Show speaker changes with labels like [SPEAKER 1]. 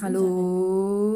[SPEAKER 1] Hallo.